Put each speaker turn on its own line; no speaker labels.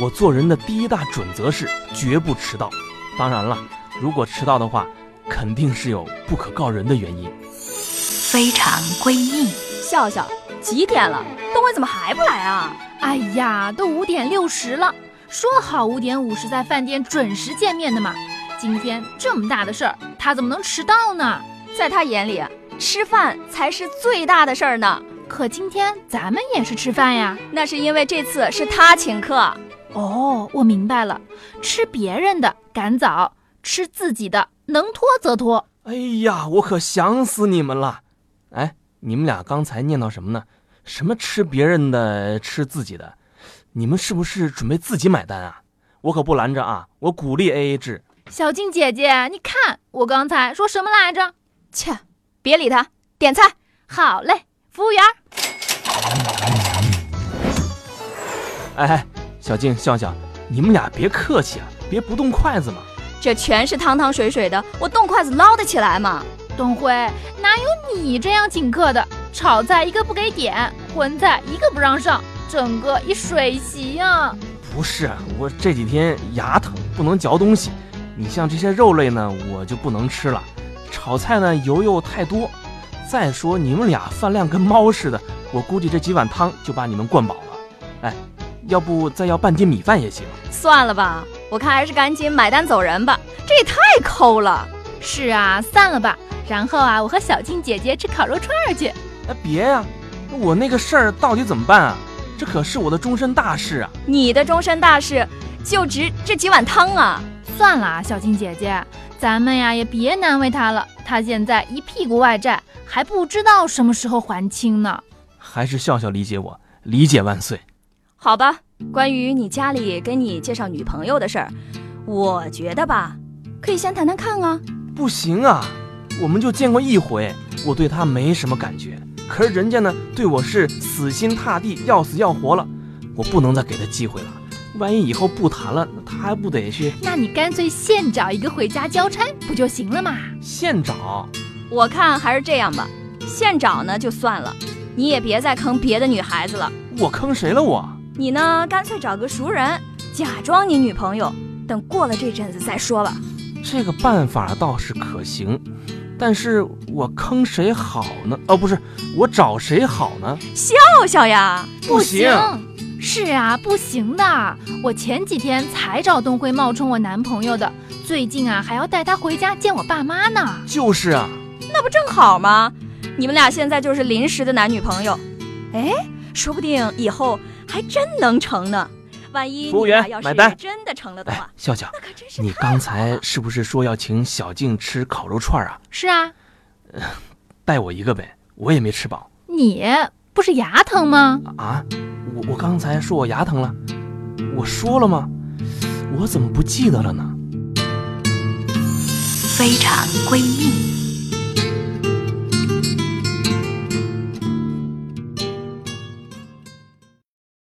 我做人的第一大准则是绝不迟到。当然了，如果迟到的话，肯定是有不可告人的原因。
非常闺蜜，
笑笑，几点了？东辉怎么还不来啊？
哎呀，都五点六十了，说好五点五十在饭店准时见面的嘛。今天这么大的事儿，他怎么能迟到呢？
在他眼里，吃饭才是最大的事儿呢。
可今天咱们也是吃饭呀。
那是因为这次是他请客。
哦，我明白了，吃别人的赶早，吃自己的能拖则拖。
哎呀，我可想死你们了！哎，你们俩刚才念叨什么呢？什么吃别人的，吃自己的？你们是不是准备自己买单啊？我可不拦着啊，我鼓励 AA 制。
小静姐姐，你看我刚才说什么来着？
切，别理他，点菜。
好嘞，服务员。
哎哎，小静、笑笑，你们俩别客气啊，别不动筷子嘛。
这全是汤汤水水的，我动筷子捞得起来吗？
东辉，哪有你这样请客的？炒菜一个不给点，荤菜一个不让上，整个一水席呀、啊！
不是，我这几天牙疼，不能嚼东西。你像这些肉类呢，我就不能吃了。炒菜呢，油又太多。再说你们俩饭量跟猫似的，我估计这几碗汤就把你们灌饱了。哎，要不再要半斤米饭也行。
算了吧。我看还是赶紧买单走人吧，这也太抠了。
是啊，散了吧。然后啊，我和小静姐姐吃烤肉串去。
哎，别呀、啊，我那个事儿到底怎么办啊？这可是我的终身大事啊！
你的终身大事就值这几碗汤啊！
算了啊，小静姐姐，咱们呀也别难为他了，他现在一屁股外债，还不知道什么时候还清呢。
还是笑笑理解我，理解万岁。
好吧。关于你家里给你介绍女朋友的事儿，我觉得吧，可以先谈谈看啊。
不行啊，我们就见过一回，我对她没什么感觉，可是人家呢对我是死心塌地，要死要活了，我不能再给她机会了。万一以后不谈了，她还不得去？
那你干脆现找一个回家交差不就行了嘛？
现找，
我看还是这样吧。现找呢就算了，你也别再坑别的女孩子了。
我坑谁了我？
你呢？干脆找个熟人，假装你女朋友，等过了这阵子再说吧。
这个办法倒是可行，但是我坑谁好呢？哦，不是，我找谁好呢？
笑笑呀，
不行。
是啊，不行的。我前几天才找东辉冒充我男朋友的，最近啊还要带他回家见我爸妈呢。
就是啊，
那不正好吗？你们俩现在就是临时的男女朋友，哎，说不定以后。还真能成呢！万一
服务员买单，
真的成了的话，哎、
笑笑，
那可真是
你刚才是不是说要请小静吃烤肉串啊？
是啊、
呃，带我一个呗，我也没吃饱。
你不是牙疼吗？
啊，我我刚才说我牙疼了，我说了吗？我怎么不记得了呢？
非常闺蜜。